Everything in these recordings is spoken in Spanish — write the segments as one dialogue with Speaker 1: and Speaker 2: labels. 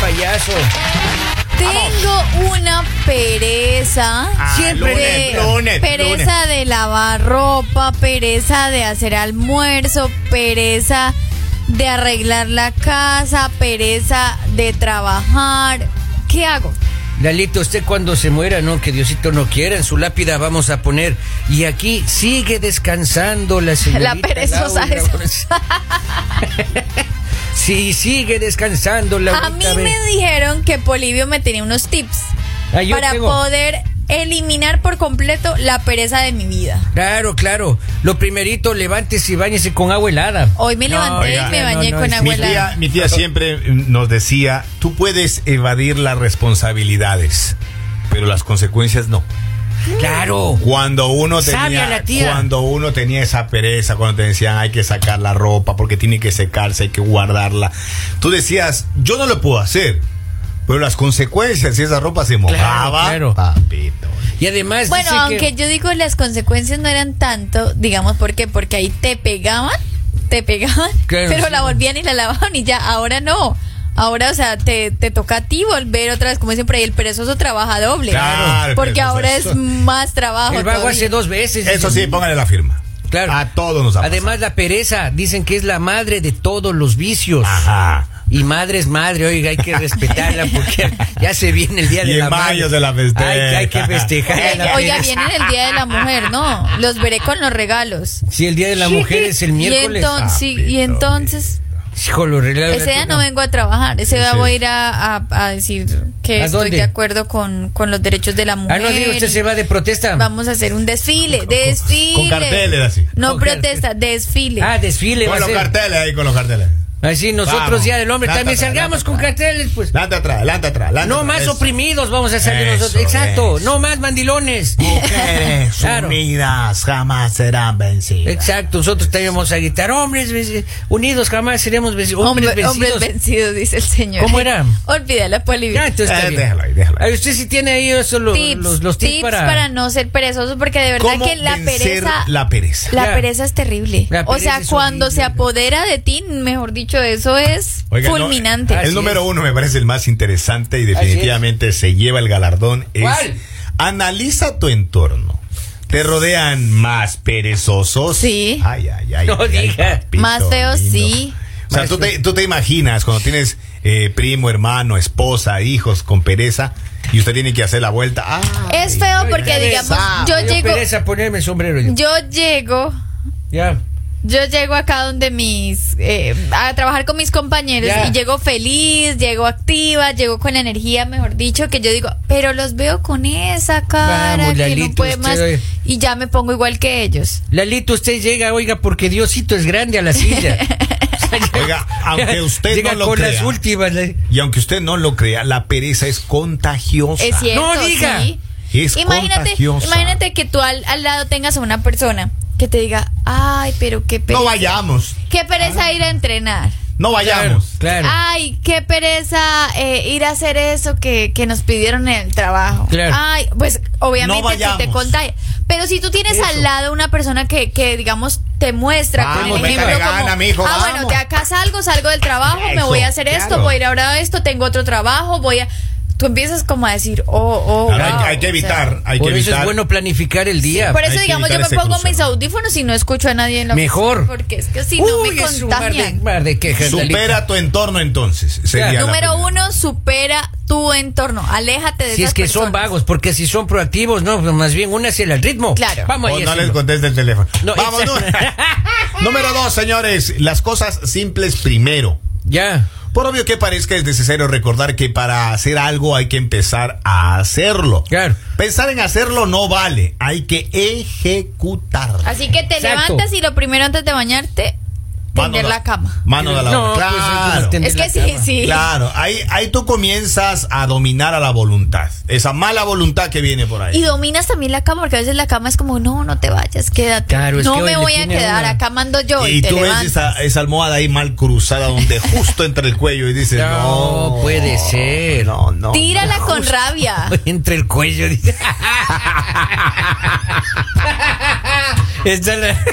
Speaker 1: payaso.
Speaker 2: Tengo una pereza.
Speaker 1: Ah,
Speaker 3: Siempre
Speaker 1: lunes,
Speaker 2: de-
Speaker 1: lunes,
Speaker 2: pereza de lavar ropa, pereza de hacer almuerzo, pereza de arreglar la casa, pereza de trabajar. ¿Qué hago?
Speaker 3: Lalito, usted cuando se muera, no, que Diosito no quiera, en su lápida vamos a poner. Y aquí sigue descansando la señorita.
Speaker 2: La perezosa
Speaker 3: Laura
Speaker 2: esa.
Speaker 3: Borsa. sí, sigue descansando la
Speaker 2: A mí me dijeron que Polivio me tenía unos tips
Speaker 3: Ah, yo
Speaker 2: para
Speaker 3: tengo.
Speaker 2: poder eliminar por completo la pereza de mi vida.
Speaker 3: Claro, claro. Lo primerito, levántese y bañese con agua helada.
Speaker 2: Hoy me
Speaker 3: No,
Speaker 2: levanté
Speaker 3: oiga,
Speaker 2: y me
Speaker 3: no,
Speaker 2: bañé
Speaker 3: no,
Speaker 2: con
Speaker 3: es-
Speaker 2: agua
Speaker 3: mi
Speaker 2: helada.
Speaker 1: Tía, mi tía siempre
Speaker 4: eh, nos decía, tú puedes evadir las responsabilidades, pero las consecuencias no.
Speaker 3: Claro.
Speaker 4: Cuando uno
Speaker 3: Sabia
Speaker 4: tenía,
Speaker 3: la tía.
Speaker 4: cuando uno tenía esa pereza, cuando te decían hay que sacar la ropa porque tiene que secarse, hay que guardarla, tú decías yo no lo puedo hacer, pero las consecuencias si esa ropa se mojaba,
Speaker 3: claro.
Speaker 4: papito.
Speaker 3: Y además.
Speaker 2: Bueno,
Speaker 3: dice que-
Speaker 2: aunque yo digo las consecuencias no eran tanto, digamos, ¿por qué? Porque ahí te pegaban, te pegaban,
Speaker 3: Claro,
Speaker 2: pero
Speaker 3: sí.
Speaker 2: la volvían y la lavaban y ya, ahora no. Ahora, o sea, te, te toca a ti volver otra vez, como siempre, y el perezoso trabaja doble.
Speaker 4: Claro, el
Speaker 2: Porque
Speaker 4: perezoso.
Speaker 2: ahora es más trabajo.
Speaker 3: El vago
Speaker 2: todavía.
Speaker 3: hace dos veces.
Speaker 4: Eso
Speaker 3: dice.
Speaker 4: sí, póngale la firma.
Speaker 3: Claro.
Speaker 4: A todos nos ha
Speaker 3: Además, la pereza, dicen que es la madre de todos los vicios.
Speaker 4: pasado. Ajá.
Speaker 3: Y madre es madre, oiga, hay que respetarla porque ya se viene el día
Speaker 4: Y
Speaker 3: de
Speaker 4: en
Speaker 3: la madre.
Speaker 4: mayo se la festeja.
Speaker 3: Hay, que- hay que festejar. a la
Speaker 2: Oiga, oiga,
Speaker 3: pereza.
Speaker 2: Eh, viene el Día de la Mujer, ¿no? Los veré con los regalos.
Speaker 3: Si el día de la mujer es el miércoles. Ah,
Speaker 2: Y entonces, sí, y entonces
Speaker 3: Hijo, lo arreglaba
Speaker 2: Ese día
Speaker 3: la-
Speaker 2: no vengo a trabajar, ese día
Speaker 4: Sí.
Speaker 2: voy a ir a, a- a decir que
Speaker 3: ¿A
Speaker 2: estoy
Speaker 3: dónde?
Speaker 2: de acuerdo con, con los derechos de la mujer.
Speaker 3: Ah, no, digo, usted se va de protesta.
Speaker 2: Vamos a hacer un desfile, desfile.
Speaker 4: con carteles, así.
Speaker 2: No
Speaker 3: Con
Speaker 2: protesta, desfile.
Speaker 3: Ah, desfile. va
Speaker 4: Con
Speaker 3: a
Speaker 4: los
Speaker 3: ser.
Speaker 4: carteles ahí, con los carteles.
Speaker 3: Así, nosotros
Speaker 4: Vamos.
Speaker 3: día del hombre
Speaker 4: Lata,
Speaker 3: también
Speaker 4: lata,
Speaker 3: salgamos
Speaker 4: lata,
Speaker 3: con
Speaker 4: lata.
Speaker 3: carteles, pues.
Speaker 4: Adelante atrás, adelante atrás. adelante
Speaker 3: No
Speaker 4: atrás.
Speaker 3: más
Speaker 4: Eso.
Speaker 3: oprimidos vamos a salir
Speaker 4: Eso,
Speaker 3: nosotros. Exacto,
Speaker 4: eso.
Speaker 3: no más mandilones.
Speaker 4: Mujeres
Speaker 3: Claro.
Speaker 4: unidas jamás serán vencidas.
Speaker 3: Exacto, nosotros también vamos a gritar, hombres venci- unidos jamás seremos vencidos. Hombres
Speaker 2: Hombre-
Speaker 3: vencidos.
Speaker 2: hombres vencidos, dice el señor.
Speaker 3: ¿Cómo era?
Speaker 2: Olvida la polivia.
Speaker 3: Ya, entonces está
Speaker 4: Eh,
Speaker 3: bien.
Speaker 4: déjalo ahí, déjalo ahí.
Speaker 3: Ay, usted sí tiene ahí eso, lo-
Speaker 2: Tips,
Speaker 3: los, los tips, para...
Speaker 2: no ser perezoso, porque de verdad
Speaker 4: ¿Cómo
Speaker 2: que la
Speaker 4: vencer
Speaker 2: pereza.
Speaker 4: la pereza?
Speaker 2: la
Speaker 3: Claro.
Speaker 2: pereza es terrible.
Speaker 3: La
Speaker 2: o
Speaker 3: pereza
Speaker 2: sea,
Speaker 3: es
Speaker 2: cuando
Speaker 3: horrible.
Speaker 2: se apodera de ti, mejor dicho, eso es
Speaker 4: Oiga, no,
Speaker 2: fulminante.
Speaker 4: el
Speaker 3: Así
Speaker 4: número uno me parece el más interesante y definitivamente se lleva el galardón. Es
Speaker 3: ¿Cuál?
Speaker 4: analiza tu entorno. ¿Te rodean más perezosos?
Speaker 2: Sí.
Speaker 4: Ay, ay, ay.
Speaker 3: No
Speaker 4: ay, ay,
Speaker 3: diga.
Speaker 4: papito
Speaker 2: Más feos,
Speaker 4: lindo.
Speaker 2: sí.
Speaker 4: O sea,
Speaker 3: Más
Speaker 4: tú te,
Speaker 3: feos.
Speaker 4: tú te imaginas cuando tienes eh, primo, hermano, esposa, hijos con pereza y usted tiene que hacer la vuelta. Ah,
Speaker 2: Es feo porque, digamos, yo
Speaker 3: Me dio
Speaker 2: llego,
Speaker 3: pereza ponerme el sombrero. yo.
Speaker 2: yo llego,
Speaker 3: Ya.
Speaker 2: yo llego acá donde mis, eh, a trabajar con mis compañeros
Speaker 3: Ya.
Speaker 2: y llego feliz, llego activa, llego con la energía, mejor dicho, que yo digo, pero los veo con esa cara
Speaker 3: Vamos,
Speaker 2: que
Speaker 3: Lalito,
Speaker 2: no puede
Speaker 3: usted
Speaker 2: más
Speaker 3: hoy-
Speaker 2: y ya me pongo igual que ellos.
Speaker 3: Lalito, usted llega, oiga, porque Diosito es grande a la silla. O sea, ya-
Speaker 4: Oiga, aunque usted
Speaker 3: llega
Speaker 4: no lo
Speaker 3: con las
Speaker 4: crea.
Speaker 3: últimas. la-
Speaker 4: Y aunque usted no lo crea, la pereza es contagiosa.
Speaker 2: Es cierto,
Speaker 3: no diga.
Speaker 2: sí.
Speaker 4: Es
Speaker 2: imagínate,
Speaker 4: contagiosa.
Speaker 2: imagínate que tú al, al lado tengas a una persona que te diga, ay, pero qué pereza,
Speaker 4: No vayamos.
Speaker 2: qué pereza
Speaker 3: Ah.
Speaker 2: ir a entrenar.
Speaker 4: No vayamos.
Speaker 3: Claro, claro.
Speaker 2: Ay, qué pereza eh, ir a hacer eso que, que nos pidieron en el trabajo.
Speaker 3: Claro.
Speaker 2: Ay, pues obviamente
Speaker 4: No
Speaker 2: que te
Speaker 4: vayamos.
Speaker 2: contagia. Pero si tú tienes
Speaker 3: Eso.
Speaker 2: al lado una persona que, que digamos, te muestra
Speaker 4: Vamos,
Speaker 2: con el
Speaker 4: venga,
Speaker 2: ejemplo
Speaker 4: me gana,
Speaker 2: como,
Speaker 4: mijo,
Speaker 2: ah, bueno,
Speaker 4: vamos".
Speaker 2: de acá salgo, salgo del trabajo, me
Speaker 4: Eso,
Speaker 2: voy a hacer esto,
Speaker 4: claro.
Speaker 2: voy a ir ahora a esto, tengo otro trabajo, voy a... Tú empiezas como a decir, oh, oh,
Speaker 4: Claro, hay-
Speaker 2: wow,
Speaker 4: hay, que
Speaker 2: o sea.
Speaker 4: evitar, hay que
Speaker 3: Por eso
Speaker 4: evitar.
Speaker 3: es bueno planificar el día.
Speaker 2: Por eso,
Speaker 4: hay que
Speaker 2: digamos, yo
Speaker 4: evitar
Speaker 2: me
Speaker 4: ese
Speaker 2: pongo
Speaker 4: cruce.
Speaker 2: mis audífonos y no escucho a nadie en la
Speaker 3: Mejor.
Speaker 2: oficina, Porque es que si no
Speaker 3: Uy,
Speaker 2: me
Speaker 3: es un mar de,
Speaker 2: contagian.
Speaker 3: mar de quejas, Lalito.
Speaker 4: Supera tu entorno entonces. Sería
Speaker 3: Claro.
Speaker 4: la
Speaker 2: Número
Speaker 4: primera.
Speaker 2: uno, supera tu entorno. Aléjate de
Speaker 3: Si
Speaker 2: esas
Speaker 3: es que son
Speaker 2: personas.
Speaker 3: vagos, porque si son proactivos, no, pues más bien únase al ritmo.
Speaker 2: Claro.
Speaker 3: Vamos
Speaker 4: O
Speaker 3: ahí
Speaker 4: Oh, no
Speaker 3: haciendo.
Speaker 4: les conteste el teléfono.
Speaker 3: No,
Speaker 4: Vamos,
Speaker 3: exacto.
Speaker 4: nu- número dos, señores. Las cosas simples primero.
Speaker 3: Ya.
Speaker 4: Por obvio que parezca es necesario recordar que para hacer algo hay que empezar a hacerlo.
Speaker 3: Claro.
Speaker 4: Pensar en hacerlo no vale, hay que ejecutar.
Speaker 2: Así que te
Speaker 3: Exacto.
Speaker 2: levantas y lo primero antes de bañarte,
Speaker 4: Mano
Speaker 2: tender
Speaker 4: da-
Speaker 2: la cama.
Speaker 4: Mano de la
Speaker 3: No, pues,
Speaker 4: claro.
Speaker 3: tender
Speaker 2: Es
Speaker 3: la
Speaker 2: que sí,
Speaker 3: cama.
Speaker 2: sí.
Speaker 4: Claro, ahí, ahí tú comienzas a dominar a la voluntad, esa mala voluntad que viene por ahí.
Speaker 2: Y dominas también la cama, porque a veces la cama es como, no, no te vayas, quédate.
Speaker 3: Claro, es
Speaker 2: no
Speaker 3: que hoy
Speaker 2: me
Speaker 3: le
Speaker 2: voy a
Speaker 3: tiene
Speaker 2: quedar,
Speaker 3: una-
Speaker 2: acá mando yo. Y,
Speaker 4: Y
Speaker 2: te
Speaker 4: tú ves
Speaker 2: levantas.
Speaker 4: esa, esa almohada ahí mal cruzada donde justo entre el cuello y dices,
Speaker 3: No,
Speaker 4: no,
Speaker 3: puede ser.
Speaker 4: No, no.
Speaker 2: Tírala con rabia.
Speaker 3: Entre el cuello. dice. Está la-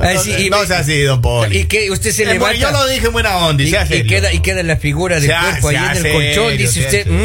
Speaker 3: Ah, sí, y
Speaker 4: no
Speaker 3: ve-
Speaker 4: sea así, don Poli.
Speaker 3: Y que usted se
Speaker 4: Eh, bueno,
Speaker 3: levanta.
Speaker 4: Yo lo dije en buena onda.
Speaker 3: Y,
Speaker 4: Y, sea
Speaker 3: y
Speaker 4: serio.
Speaker 3: queda, y queda la figura del
Speaker 4: Sea-
Speaker 3: cuerpo ahí
Speaker 4: sea
Speaker 3: en el
Speaker 4: serio,
Speaker 3: colchón, dice
Speaker 4: sea
Speaker 3: usted.
Speaker 4: serio.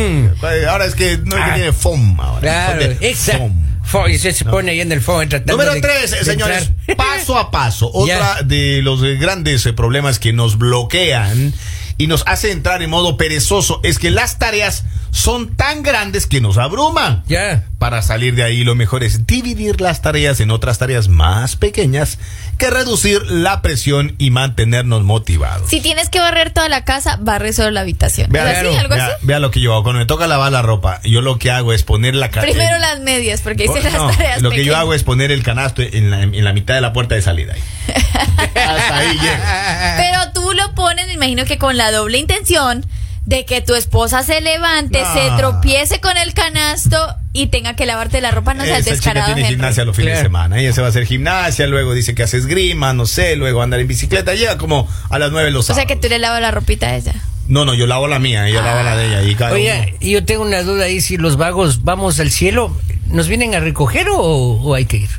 Speaker 3: "Mm,
Speaker 4: Ahora es que no es que
Speaker 3: Ah.
Speaker 4: tiene FOM ahora.
Speaker 3: claro,
Speaker 4: Son de
Speaker 3: exacto.
Speaker 4: FOM.
Speaker 3: Fo- Y se, se pone ahí en el fondo tratando
Speaker 4: Número
Speaker 3: de-
Speaker 4: tres, eh,
Speaker 3: de
Speaker 4: señores,
Speaker 3: entrar.
Speaker 4: paso a paso. Otra
Speaker 3: Ya.
Speaker 4: de los eh, grandes eh, problemas que nos bloquean y nos hace entrar en modo perezoso es que las tareas son tan grandes que nos abruman.
Speaker 3: Ya.
Speaker 4: Para salir de ahí, lo mejor es dividir las tareas en otras tareas más pequeñas que reducir la presión y mantenernos motivados.
Speaker 2: Si tienes que barrer toda la casa, barre solo la habitación.
Speaker 4: Vea,
Speaker 2: ¿Es así?
Speaker 3: claro,
Speaker 2: ¿Algo
Speaker 4: vea-
Speaker 2: así?
Speaker 4: vea lo que yo hago. Cuando me toca lavar la ropa, yo lo que hago es poner la ca-
Speaker 2: Primero
Speaker 3: eh.
Speaker 4: el-
Speaker 2: las medias, porque
Speaker 3: Oh,
Speaker 2: hice las
Speaker 4: no,
Speaker 2: tareas
Speaker 4: Lo que yo
Speaker 2: pequeñas.
Speaker 4: hago es poner el canasto en la, en la mitad de la puerta de salida. ahí. Hasta ahí llego.
Speaker 2: Pero tú lo pones, me imagino que con la doble intención de que tu esposa se levante,
Speaker 4: No.
Speaker 2: se tropiece con el canasto y tenga que lavarte la ropa, no seas
Speaker 4: Esa chica
Speaker 2: descarado,
Speaker 4: tiene
Speaker 2: Henry.
Speaker 4: gimnasia los fines
Speaker 3: Claro.
Speaker 4: de semana. Ella se va a hacer gimnasia, luego dice que hace esgrima, no sé, luego andar en bicicleta. Llega como a las nueve los
Speaker 2: O sea
Speaker 4: sábados.
Speaker 2: que tú le lavas la ropita a ella.
Speaker 4: No, no, yo lavo la mía, ella lava la de ella. Y cada uno-
Speaker 3: Oye, y yo tengo una duda ahí, si los vagos vamos al cielo, ¿nos vienen a recoger o, o hay que ir?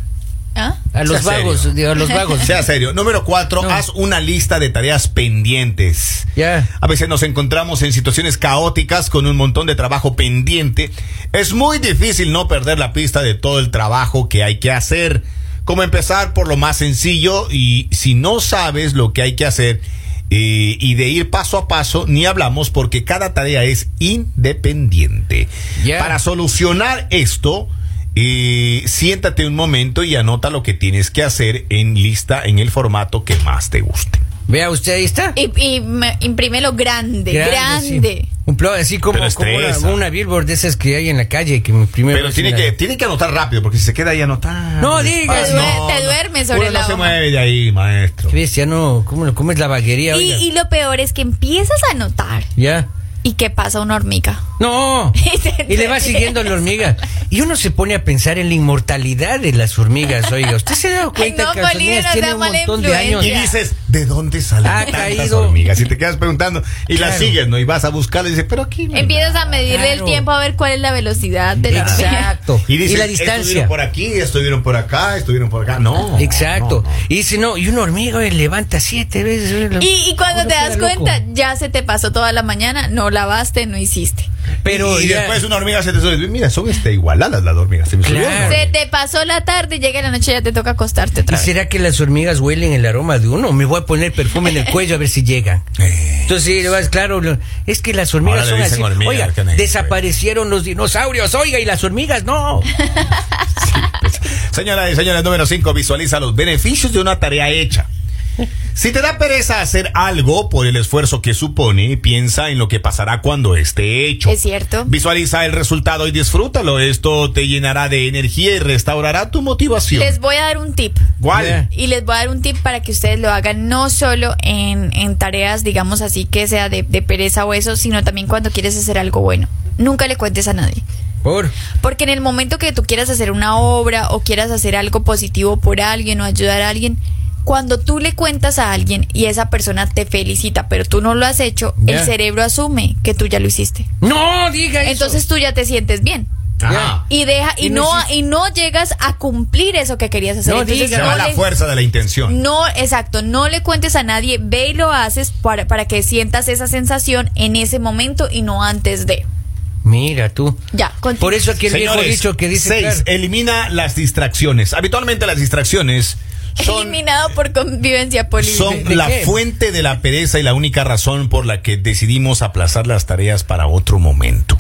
Speaker 2: ¿Ah?
Speaker 3: A los
Speaker 4: Sea serio.
Speaker 3: vagos, digo, a los vagos.
Speaker 4: Sea serio. Número cuatro,
Speaker 3: No.
Speaker 4: haz una lista de tareas pendientes.
Speaker 3: Ya.
Speaker 4: A veces nos encontramos en situaciones caóticas con un montón de trabajo pendiente. Es muy difícil no perder la pista de todo el trabajo que hay que hacer. Como empezar por lo más sencillo y si no sabes lo que hay que hacer eh, y de ir paso a paso, ni hablamos porque cada tarea es independiente.
Speaker 3: Ya.
Speaker 4: Para solucionar esto, eh, siéntate un momento y anota lo que tienes que hacer en lista en el formato que más te guste.
Speaker 3: Vea usted, ahí está.
Speaker 2: Y, y me- imprímelo grande, grande.
Speaker 3: sí. Un plo- así como,
Speaker 4: Pero
Speaker 3: como una,
Speaker 4: estresa.
Speaker 3: una billboard de esas que hay en la calle que mi primero
Speaker 4: Pero
Speaker 3: es
Speaker 4: tiene
Speaker 3: una-
Speaker 4: que, tiene que anotar rápido, porque si se queda ahí anotando.
Speaker 3: No, diga.
Speaker 4: despacio,
Speaker 3: Te
Speaker 2: due- te duermes sobre
Speaker 4: Uno
Speaker 2: la
Speaker 4: no se
Speaker 2: hoja.
Speaker 4: mueve de ahí, maestro.
Speaker 3: Cristiano, ¿cómo, ¿cómo es la vaguería?
Speaker 2: Y,
Speaker 3: oiga?
Speaker 2: y lo peor es que empiezas a notar
Speaker 3: Ya.
Speaker 2: y que pasa una hormiga.
Speaker 3: No.
Speaker 2: Y
Speaker 3: y
Speaker 2: te
Speaker 3: le va
Speaker 2: entregas.
Speaker 3: siguiendo la hormiga. Y uno se pone a pensar en la inmortalidad de las hormigas, oiga. ¿Usted se ha dado cuenta
Speaker 2: No,
Speaker 3: que las
Speaker 2: Polino,
Speaker 3: hormigas
Speaker 2: no
Speaker 3: tienen
Speaker 2: sea
Speaker 3: un
Speaker 2: mala
Speaker 3: montón de años?
Speaker 4: Y
Speaker 2: Ya.
Speaker 4: dices, ¿de dónde salen
Speaker 3: Ha
Speaker 4: tantas
Speaker 3: caído.
Speaker 4: hormigas? Y te quedas preguntando, y las
Speaker 3: Claro.
Speaker 4: sigues, ¿no? Y vas a buscarla y dices, pero aquí. no hay
Speaker 2: Empiezas a medirle el
Speaker 3: Claro.
Speaker 2: tiempo a ver cuál es la velocidad de la hormiga.
Speaker 3: Exacto.
Speaker 4: Y,
Speaker 3: Y,
Speaker 4: dices,
Speaker 3: la
Speaker 4: Estuvieron
Speaker 3: distancia.
Speaker 4: por aquí, estuvieron por acá, estuvieron por acá. No.
Speaker 3: Exacto.
Speaker 4: no, no.
Speaker 3: Y si no, y una hormiga oiga, levanta siete veces. oiga.
Speaker 2: Y, y cuando
Speaker 3: Uno
Speaker 2: te
Speaker 3: queda
Speaker 2: das
Speaker 3: loco.
Speaker 2: cuenta, ya se te pasó toda la mañana, no lavaste, no hiciste.
Speaker 3: Pero
Speaker 4: y, y
Speaker 3: ya-
Speaker 4: después una hormiga se te sube. Mira, son este, igualadas las hormigas. Se me subió una
Speaker 3: Claro.
Speaker 4: hormiga.
Speaker 2: Se te pasó la tarde, llega la noche, ya te toca acostarte
Speaker 3: ¿Y
Speaker 2: otra vez.
Speaker 3: será que las hormigas huelen el aroma de uno? Me voy a poner perfume en el cuello a ver si llegan.
Speaker 4: Eh,
Speaker 3: Entonces, sí, lo vas- claro, lo- es que las hormigas
Speaker 4: Ahora le
Speaker 3: son
Speaker 4: dicen
Speaker 3: así.
Speaker 4: hormigas,
Speaker 3: oiga,
Speaker 4: que no hay-
Speaker 3: desaparecieron los dinosaurios, oiga, y las hormigas no.
Speaker 4: Señoras y señores, número 5, visualiza los beneficios de una tarea hecha. Si te da pereza hacer algo por el esfuerzo que supone, piensa en lo que pasará cuando esté hecho.
Speaker 2: Es cierto.
Speaker 4: Visualiza el resultado y disfrútalo. Esto te llenará de energía y restaurará tu motivación.
Speaker 2: Les voy a dar un tip.
Speaker 4: ¿Cuál?
Speaker 3: Yeah.
Speaker 2: Y les voy a dar un tip para que ustedes lo hagan no solo en, en tareas, digamos así, que sea de, de pereza o eso, sino también cuando quieres hacer algo bueno. Nunca le cuentes a nadie.
Speaker 3: Por.
Speaker 2: Porque en el momento que tú quieras hacer una obra o quieras hacer algo positivo por alguien o ayudar a alguien, cuando tú le cuentas a alguien y esa persona te felicita, pero tú no lo has hecho,
Speaker 3: Ya.
Speaker 2: el cerebro asume que tú ya lo hiciste.
Speaker 3: No, diga eso.
Speaker 2: Entonces tú ya te sientes bien.
Speaker 4: Ajá.
Speaker 2: Y deja y,
Speaker 3: Y no
Speaker 2: no
Speaker 3: hiciste.
Speaker 2: y no llegas a cumplir eso que querías hacer.
Speaker 3: No
Speaker 2: Entonces,
Speaker 3: digas.
Speaker 4: Se
Speaker 2: no
Speaker 4: va la
Speaker 2: le-
Speaker 4: fuerza de la intención.
Speaker 2: no, exacto, no le cuentes a nadie, ve y lo haces para, para que sientas esa sensación en ese momento y no antes de.
Speaker 3: Mira tú.
Speaker 2: Ya, continúa.
Speaker 3: Por eso aquí el viejo
Speaker 4: Señores,
Speaker 3: dicho que dice.
Speaker 4: seis, eh.
Speaker 3: claro,
Speaker 4: elimina las distracciones. Habitualmente las distracciones son
Speaker 2: Eliminado por convivencia política.
Speaker 4: son
Speaker 3: ¿De
Speaker 4: la
Speaker 3: qué?
Speaker 4: fuente de la pereza y la única razón por la que decidimos aplazar las tareas para otro momento.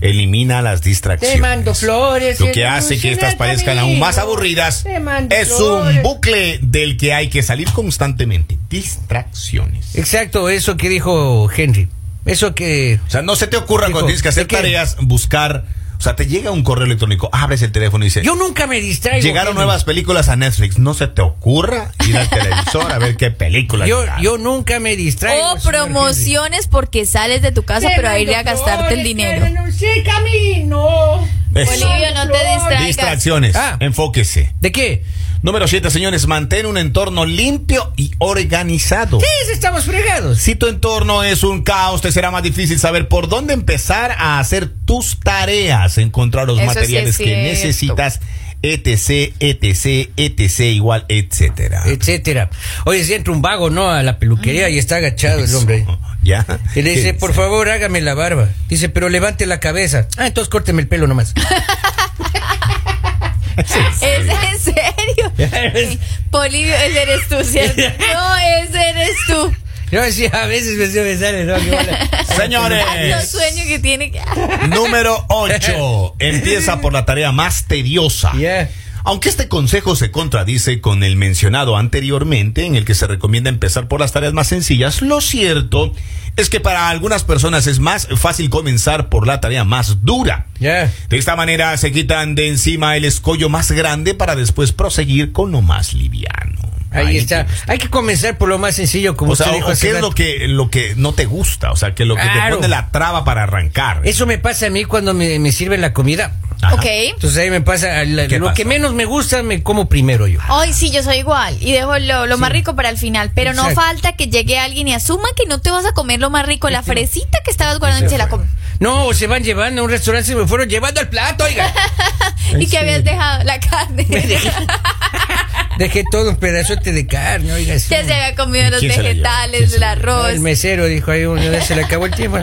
Speaker 4: Elimina las distracciones.
Speaker 3: Te mando flores,
Speaker 4: Lo que
Speaker 3: el
Speaker 4: hace que estas
Speaker 3: emocional
Speaker 4: parezcan aún
Speaker 3: camino.
Speaker 4: más aburridas
Speaker 3: Te mando
Speaker 4: es
Speaker 3: flores.
Speaker 4: un bucle del que hay que salir constantemente. Distracciones.
Speaker 3: Exacto, eso que dijo Henry. Eso que.
Speaker 4: O sea, no se te ocurra
Speaker 3: Hijo,
Speaker 4: cuando tienes que hacer
Speaker 3: ¿de qué?
Speaker 4: tareas, buscar. O sea, te llega un correo electrónico, abres el teléfono y dice.
Speaker 3: Yo nunca me distraigo.
Speaker 4: Llegaron
Speaker 3: Henry.
Speaker 4: nuevas películas a Netflix. No se te ocurra ir al televisor a ver qué película.
Speaker 3: Yo,
Speaker 4: llegaron.
Speaker 3: yo nunca me distraigo.
Speaker 2: o
Speaker 3: señor Henry.
Speaker 2: promociones porque sales de tu casa, pero a ir a gastarte el dinero.
Speaker 3: Sí, camino.
Speaker 4: Eso.
Speaker 2: Bolivia, no te distraigas.
Speaker 4: Distracciones.
Speaker 3: Ah.
Speaker 4: Enfóquese.
Speaker 3: ¿De qué?
Speaker 4: Número 7, señores, mantén un entorno limpio y organizado.
Speaker 3: Sí, sí, estamos fregados.
Speaker 4: Si tu entorno es un caos, te será más difícil saber por dónde empezar a hacer tus tareas, encontrar los
Speaker 2: Eso sí
Speaker 4: materiales
Speaker 2: es
Speaker 4: que
Speaker 2: cierto.
Speaker 4: necesitas etc, etc, etc, igual, etcétera.
Speaker 3: etcétera. Oye, si entra un vago, ¿no? A la peluquería y está agachado el hombre.
Speaker 4: ¿Ya?
Speaker 3: Y le dice,
Speaker 4: ¿Qué?
Speaker 3: por favor, hágame la barba. Dice, pero levante la cabeza. Ah, entonces córteme el pelo nomás.
Speaker 2: ¿Es en serio? Polivio, ese eres tú, ¿cierto? No, ese eres tú.
Speaker 3: Yo decía, a veces me hacía besar, ¿no? Qué bola.
Speaker 2: Tanto
Speaker 4: Señores,
Speaker 2: sueño que tiene que...
Speaker 4: número 8. Empieza por la tarea más tediosa.
Speaker 3: Yeah.
Speaker 4: Aunque este consejo se contradice con el mencionado anteriormente, en el que se recomienda empezar por las tareas más sencillas, lo cierto es que para algunas personas es más fácil comenzar por la tarea más dura.
Speaker 3: Ya.
Speaker 4: De esta manera se quitan de encima el escollo más grande para después proseguir con lo más liviano.
Speaker 3: Ahí, está. Hay que comenzar por lo más sencillo, como
Speaker 4: O sea,
Speaker 3: usted
Speaker 4: o-
Speaker 3: dijo
Speaker 4: o
Speaker 3: hace
Speaker 4: ¿qué es
Speaker 3: rato.
Speaker 4: lo que, lo que no te gusta? O sea, que lo que te
Speaker 3: Claro.
Speaker 4: pone la traba para arrancar.
Speaker 3: Eso me pasa a mí cuando me, me sirven la comida.
Speaker 4: Ajá.
Speaker 2: Ok.
Speaker 3: Entonces ahí me pasa, la-
Speaker 4: ¿Qué
Speaker 3: lo
Speaker 4: pasa?
Speaker 3: que menos me gusta me como primero yo.
Speaker 2: Ay, sí, yo soy igual. Y dejo lo, lo más rico para el final. Pero no
Speaker 3: Exacto.
Speaker 2: falta que llegue alguien y asuma que no te vas a comer lo más rico. La fresita que estabas guardando y se la come.
Speaker 3: No, o se van llevando a un restaurante, se me fueron llevando el plato, oiga.
Speaker 2: Y que habías dejado la carne.
Speaker 3: Dejé todo un pedazote de carne, oiga. sí.
Speaker 2: Ya se había comido los
Speaker 4: ¿Quién se la llevó? ¿Quién
Speaker 2: vegetales,
Speaker 4: se
Speaker 2: el
Speaker 4: la
Speaker 3: No,
Speaker 2: arroz.
Speaker 3: El mesero dijo, ahí una vez se le acabó el tiempo.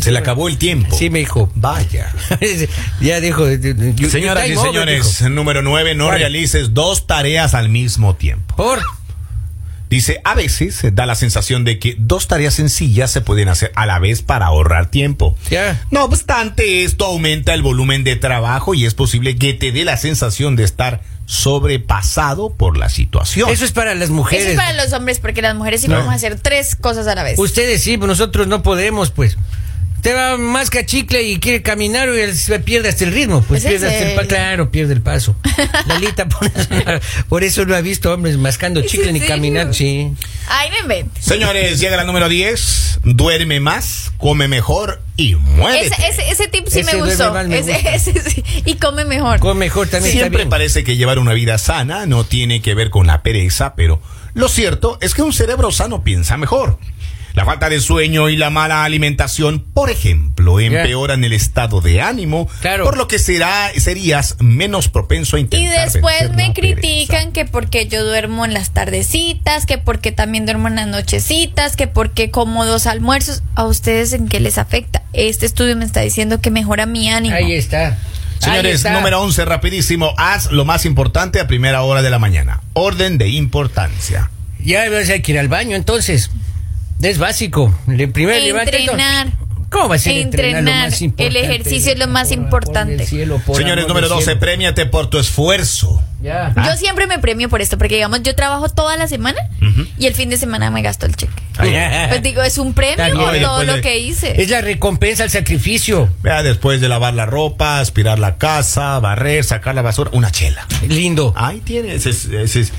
Speaker 4: Se le acabó el tiempo.
Speaker 3: Sí, me dijo.
Speaker 4: Vaya.
Speaker 3: ya dijo. "You-
Speaker 4: Señoras
Speaker 3: you time
Speaker 4: y
Speaker 3: over",
Speaker 4: señores,
Speaker 3: dijo.
Speaker 4: número 9, no
Speaker 3: ¿Cuál?
Speaker 4: realices dos tareas al mismo tiempo.
Speaker 3: Por.
Speaker 4: Dice, a veces se da la sensación de que dos tareas sencillas se pueden hacer a la vez para ahorrar tiempo.
Speaker 3: Ya.
Speaker 4: No obstante, esto aumenta el volumen de trabajo y es posible que te dé la sensación de estar sobrepasado por la situación.
Speaker 3: Eso es para las mujeres.
Speaker 2: Eso es para los hombres, porque las mujeres sí
Speaker 3: No.
Speaker 2: podemos hacer tres cosas a la vez.
Speaker 3: Ustedes sí, pero nosotros no podemos, pues. Te va más cachicle y quiere caminar y él se pierde hasta el ritmo. Pues
Speaker 2: ¿Es en
Speaker 3: pierde hasta el pa-
Speaker 2: serio?
Speaker 3: Claro, pierde el paso. Lalita, por eso, por eso no ha visto hombres mascando
Speaker 2: ¿Es
Speaker 3: chicle
Speaker 2: en
Speaker 3: ni
Speaker 2: serio?
Speaker 3: caminando. Sí.
Speaker 2: Ay, no inventes.
Speaker 4: Señores, llega la número 10. Duerme más, come mejor y muévete.
Speaker 2: Ese, ese, ese tip sí
Speaker 3: Ese
Speaker 2: me
Speaker 3: duerme
Speaker 2: gustó.
Speaker 3: más me
Speaker 2: Ese-
Speaker 3: gusta.
Speaker 2: ese sí. Y come mejor.
Speaker 3: Come mejor también está
Speaker 4: Siempre
Speaker 3: bien.
Speaker 4: parece que llevar una vida sana no tiene que ver con la pereza, pero lo cierto es que un cerebro sano piensa mejor. La falta de sueño y la mala alimentación, por ejemplo, empeoran el estado de ánimo,
Speaker 3: Claro.
Speaker 4: por lo que será, serías menos propenso a
Speaker 2: y
Speaker 4: intentar.
Speaker 2: después
Speaker 4: vencer
Speaker 2: me
Speaker 4: la pereza.
Speaker 2: critican que porque yo duermo en las tardecitas, que porque también duermo en las nochecitas, que porque como dos almuerzos. ¿A ustedes en qué les afecta? Este estudio me está diciendo que mejora mi ánimo.
Speaker 3: Ahí está. Ahí
Speaker 4: Señores,
Speaker 3: está.
Speaker 4: número 11, rapidísimo, haz lo más importante a primera hora de la mañana. Orden de importancia.
Speaker 3: Ya vas a que ir al baño, entonces. Es básico. El primer levante,
Speaker 2: Entrenar.
Speaker 3: no. ¿Cómo va a ser entrenar? lo
Speaker 2: Entrenar.
Speaker 3: más importante
Speaker 2: El ejercicio es lo
Speaker 3: del
Speaker 2: más
Speaker 3: amor,
Speaker 2: importante.
Speaker 3: por el cielo, por
Speaker 4: Señores,
Speaker 3: amor
Speaker 4: número
Speaker 3: del
Speaker 4: 12,
Speaker 3: cielo.
Speaker 4: premiate por tu esfuerzo.
Speaker 3: Ya.
Speaker 2: Yo siempre me premio por esto, porque digamos, yo trabajo toda la semana y el fin de semana me gasto el cheque.
Speaker 3: Ah.
Speaker 2: Pues digo, es un premio
Speaker 3: Está bien.
Speaker 2: por
Speaker 3: Oye,
Speaker 2: todo
Speaker 4: pues,
Speaker 2: lo
Speaker 4: le-
Speaker 2: que hice.
Speaker 3: Es la recompensa al sacrificio.
Speaker 4: Vea, después de lavar la ropa, aspirar la casa, barrer, sacar la basura, una chela.
Speaker 3: Lindo.
Speaker 4: Ahí tienes, ese, es- ese es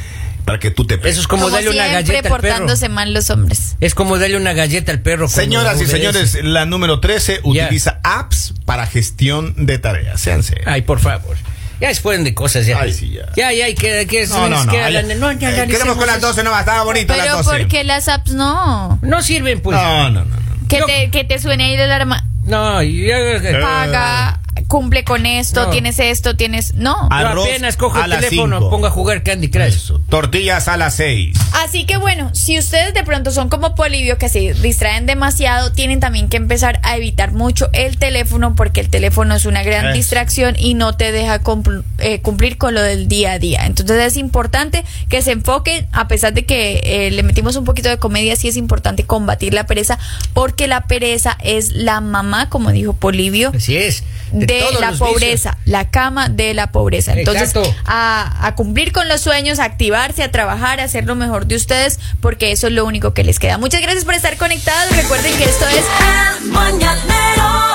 Speaker 4: para que tú te
Speaker 3: Eso es como, darle una
Speaker 2: siempre
Speaker 3: galleta al perro.
Speaker 2: portándose mal los hombres.
Speaker 3: Es como darle una galleta al perro. cuando
Speaker 4: Señoras y
Speaker 3: obedece.
Speaker 4: señores, la número 13 utiliza apps para gestión de tareas. Sean serios.
Speaker 3: Ay, por favor. Ya se fueron de cosas ya.
Speaker 4: eh. Ay, sí, ya.
Speaker 3: Ya, ya, y que, que
Speaker 4: No, no, no.
Speaker 3: que-
Speaker 4: ay,
Speaker 3: no, ya, ya,
Speaker 4: eh, Queremos con las 12 no estaba bonito las
Speaker 2: Pero
Speaker 4: 12.
Speaker 2: ¿por qué las apps no?
Speaker 3: No sirven, pues.
Speaker 4: No, no, no. no.
Speaker 2: Que,
Speaker 3: Yo-
Speaker 2: te, que te suene ahí la alarma.
Speaker 3: No, eh, ya-
Speaker 4: Eh,
Speaker 2: Paga, cumple con esto,
Speaker 3: No.
Speaker 2: tienes esto, tienes. No.
Speaker 4: Ah.
Speaker 3: yo
Speaker 4: Arroz
Speaker 3: apenas cojo
Speaker 4: a
Speaker 3: el
Speaker 4: las
Speaker 3: teléfono,
Speaker 4: cinco.
Speaker 3: pongo a jugar Candy Crush.
Speaker 4: Eso. Tortillas a las 6.
Speaker 2: Así que bueno, si ustedes de pronto son como Polivio que se distraen demasiado, tienen también que empezar a evitar mucho el teléfono porque el teléfono es una gran
Speaker 4: Eso.
Speaker 2: distracción y no te deja compl- eh, cumplir con lo del día a día. Entonces es importante que se enfoquen, a pesar de que eh, le metimos un poquito de comedia, sí es importante combatir la pereza porque la pereza es la mamá, como dijo Polivio,
Speaker 3: Así es.
Speaker 2: de,
Speaker 3: todos
Speaker 2: la
Speaker 3: los vicios.
Speaker 2: pobreza, la cama de la pobreza. Entonces,
Speaker 3: Exacto.
Speaker 2: a, a cumplir con los sueños, a activarse, a trabajar, a hacer lo mejor de ustedes, porque eso es lo único que les queda. Muchas gracias por estar conectados. Recuerden que esto es
Speaker 1: El mañanero